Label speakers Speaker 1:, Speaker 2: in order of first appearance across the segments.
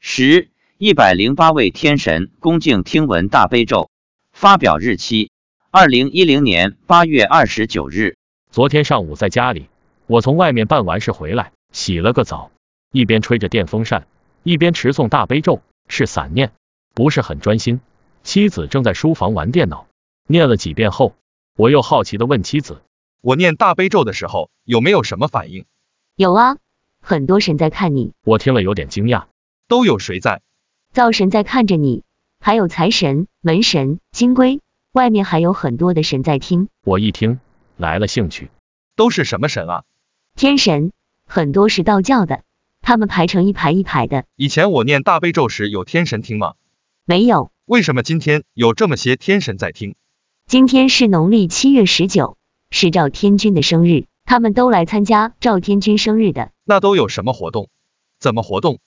Speaker 1: 十一百零八位天神恭敬听闻大悲咒。发表日期：二零一零年八月二十九日。
Speaker 2: 昨天上午在家里，我从外面办完事回来，洗了个澡，一边吹着电风扇，一边持诵大悲咒，是散念，不是很专心。妻子正在书房玩电脑，念了几遍后，我又好奇的问妻子
Speaker 3: 我念大悲咒的时候有没有什么反应？
Speaker 4: 有啊，很多神在看你，：“
Speaker 2: 我听了有点惊讶，
Speaker 3: 都有谁在？
Speaker 4: 灶神在看着你，还有财神、门神、金龟，外面还有很多的神在听。
Speaker 2: 我一听来了兴趣，
Speaker 3: 都是什么神啊？
Speaker 4: 天神很多是道教的，他们排成一排一排的，
Speaker 3: 以前我念大悲咒时有天神听吗？
Speaker 4: 没有。
Speaker 3: 为什么今天有这么些天神在听？
Speaker 4: 今天是农历七月十九，是赵天君的生日，他们都来参加赵天君生日的。
Speaker 3: 那都有什么活动？怎么活动？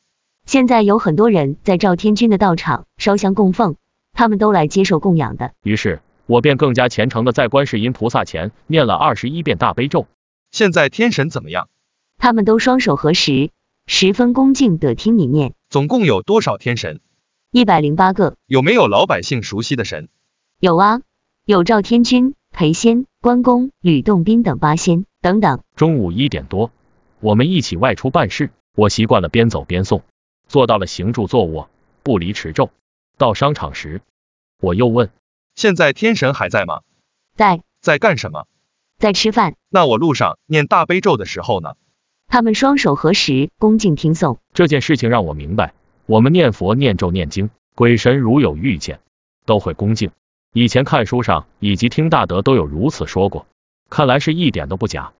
Speaker 4: 现在有很多人在赵天君的道场烧香供奉，他们都来接受供养的。
Speaker 2: 于是我便更加虔诚的在观世音菩萨前念了二十一遍大悲咒。
Speaker 3: 现在天神怎么样？
Speaker 4: 他们都双手合十，十分恭敬的听你念。
Speaker 3: 总共有多少天神？
Speaker 4: 一百零八个，
Speaker 3: 有没有老百姓熟悉的神？
Speaker 4: 有啊，有赵天君、裴仙、关公、吕洞宾等八仙等等。
Speaker 2: 中午一点多，我们一起外出办事。我习惯了边走边诵，做到了行住坐卧不离持咒。到商场时，我又问
Speaker 3: 现在天神还在吗？
Speaker 4: 在
Speaker 3: 在干什么？
Speaker 4: 在吃饭，
Speaker 3: 那我路上念大悲咒的时候呢？
Speaker 4: 他们双手合十，恭敬听诵。
Speaker 2: 这件事情，让我明白，我们念佛、念咒、念经，鬼神如有遇见，都会恭敬。以前看书上以及听大德都有如此说过，看来是一点都不假。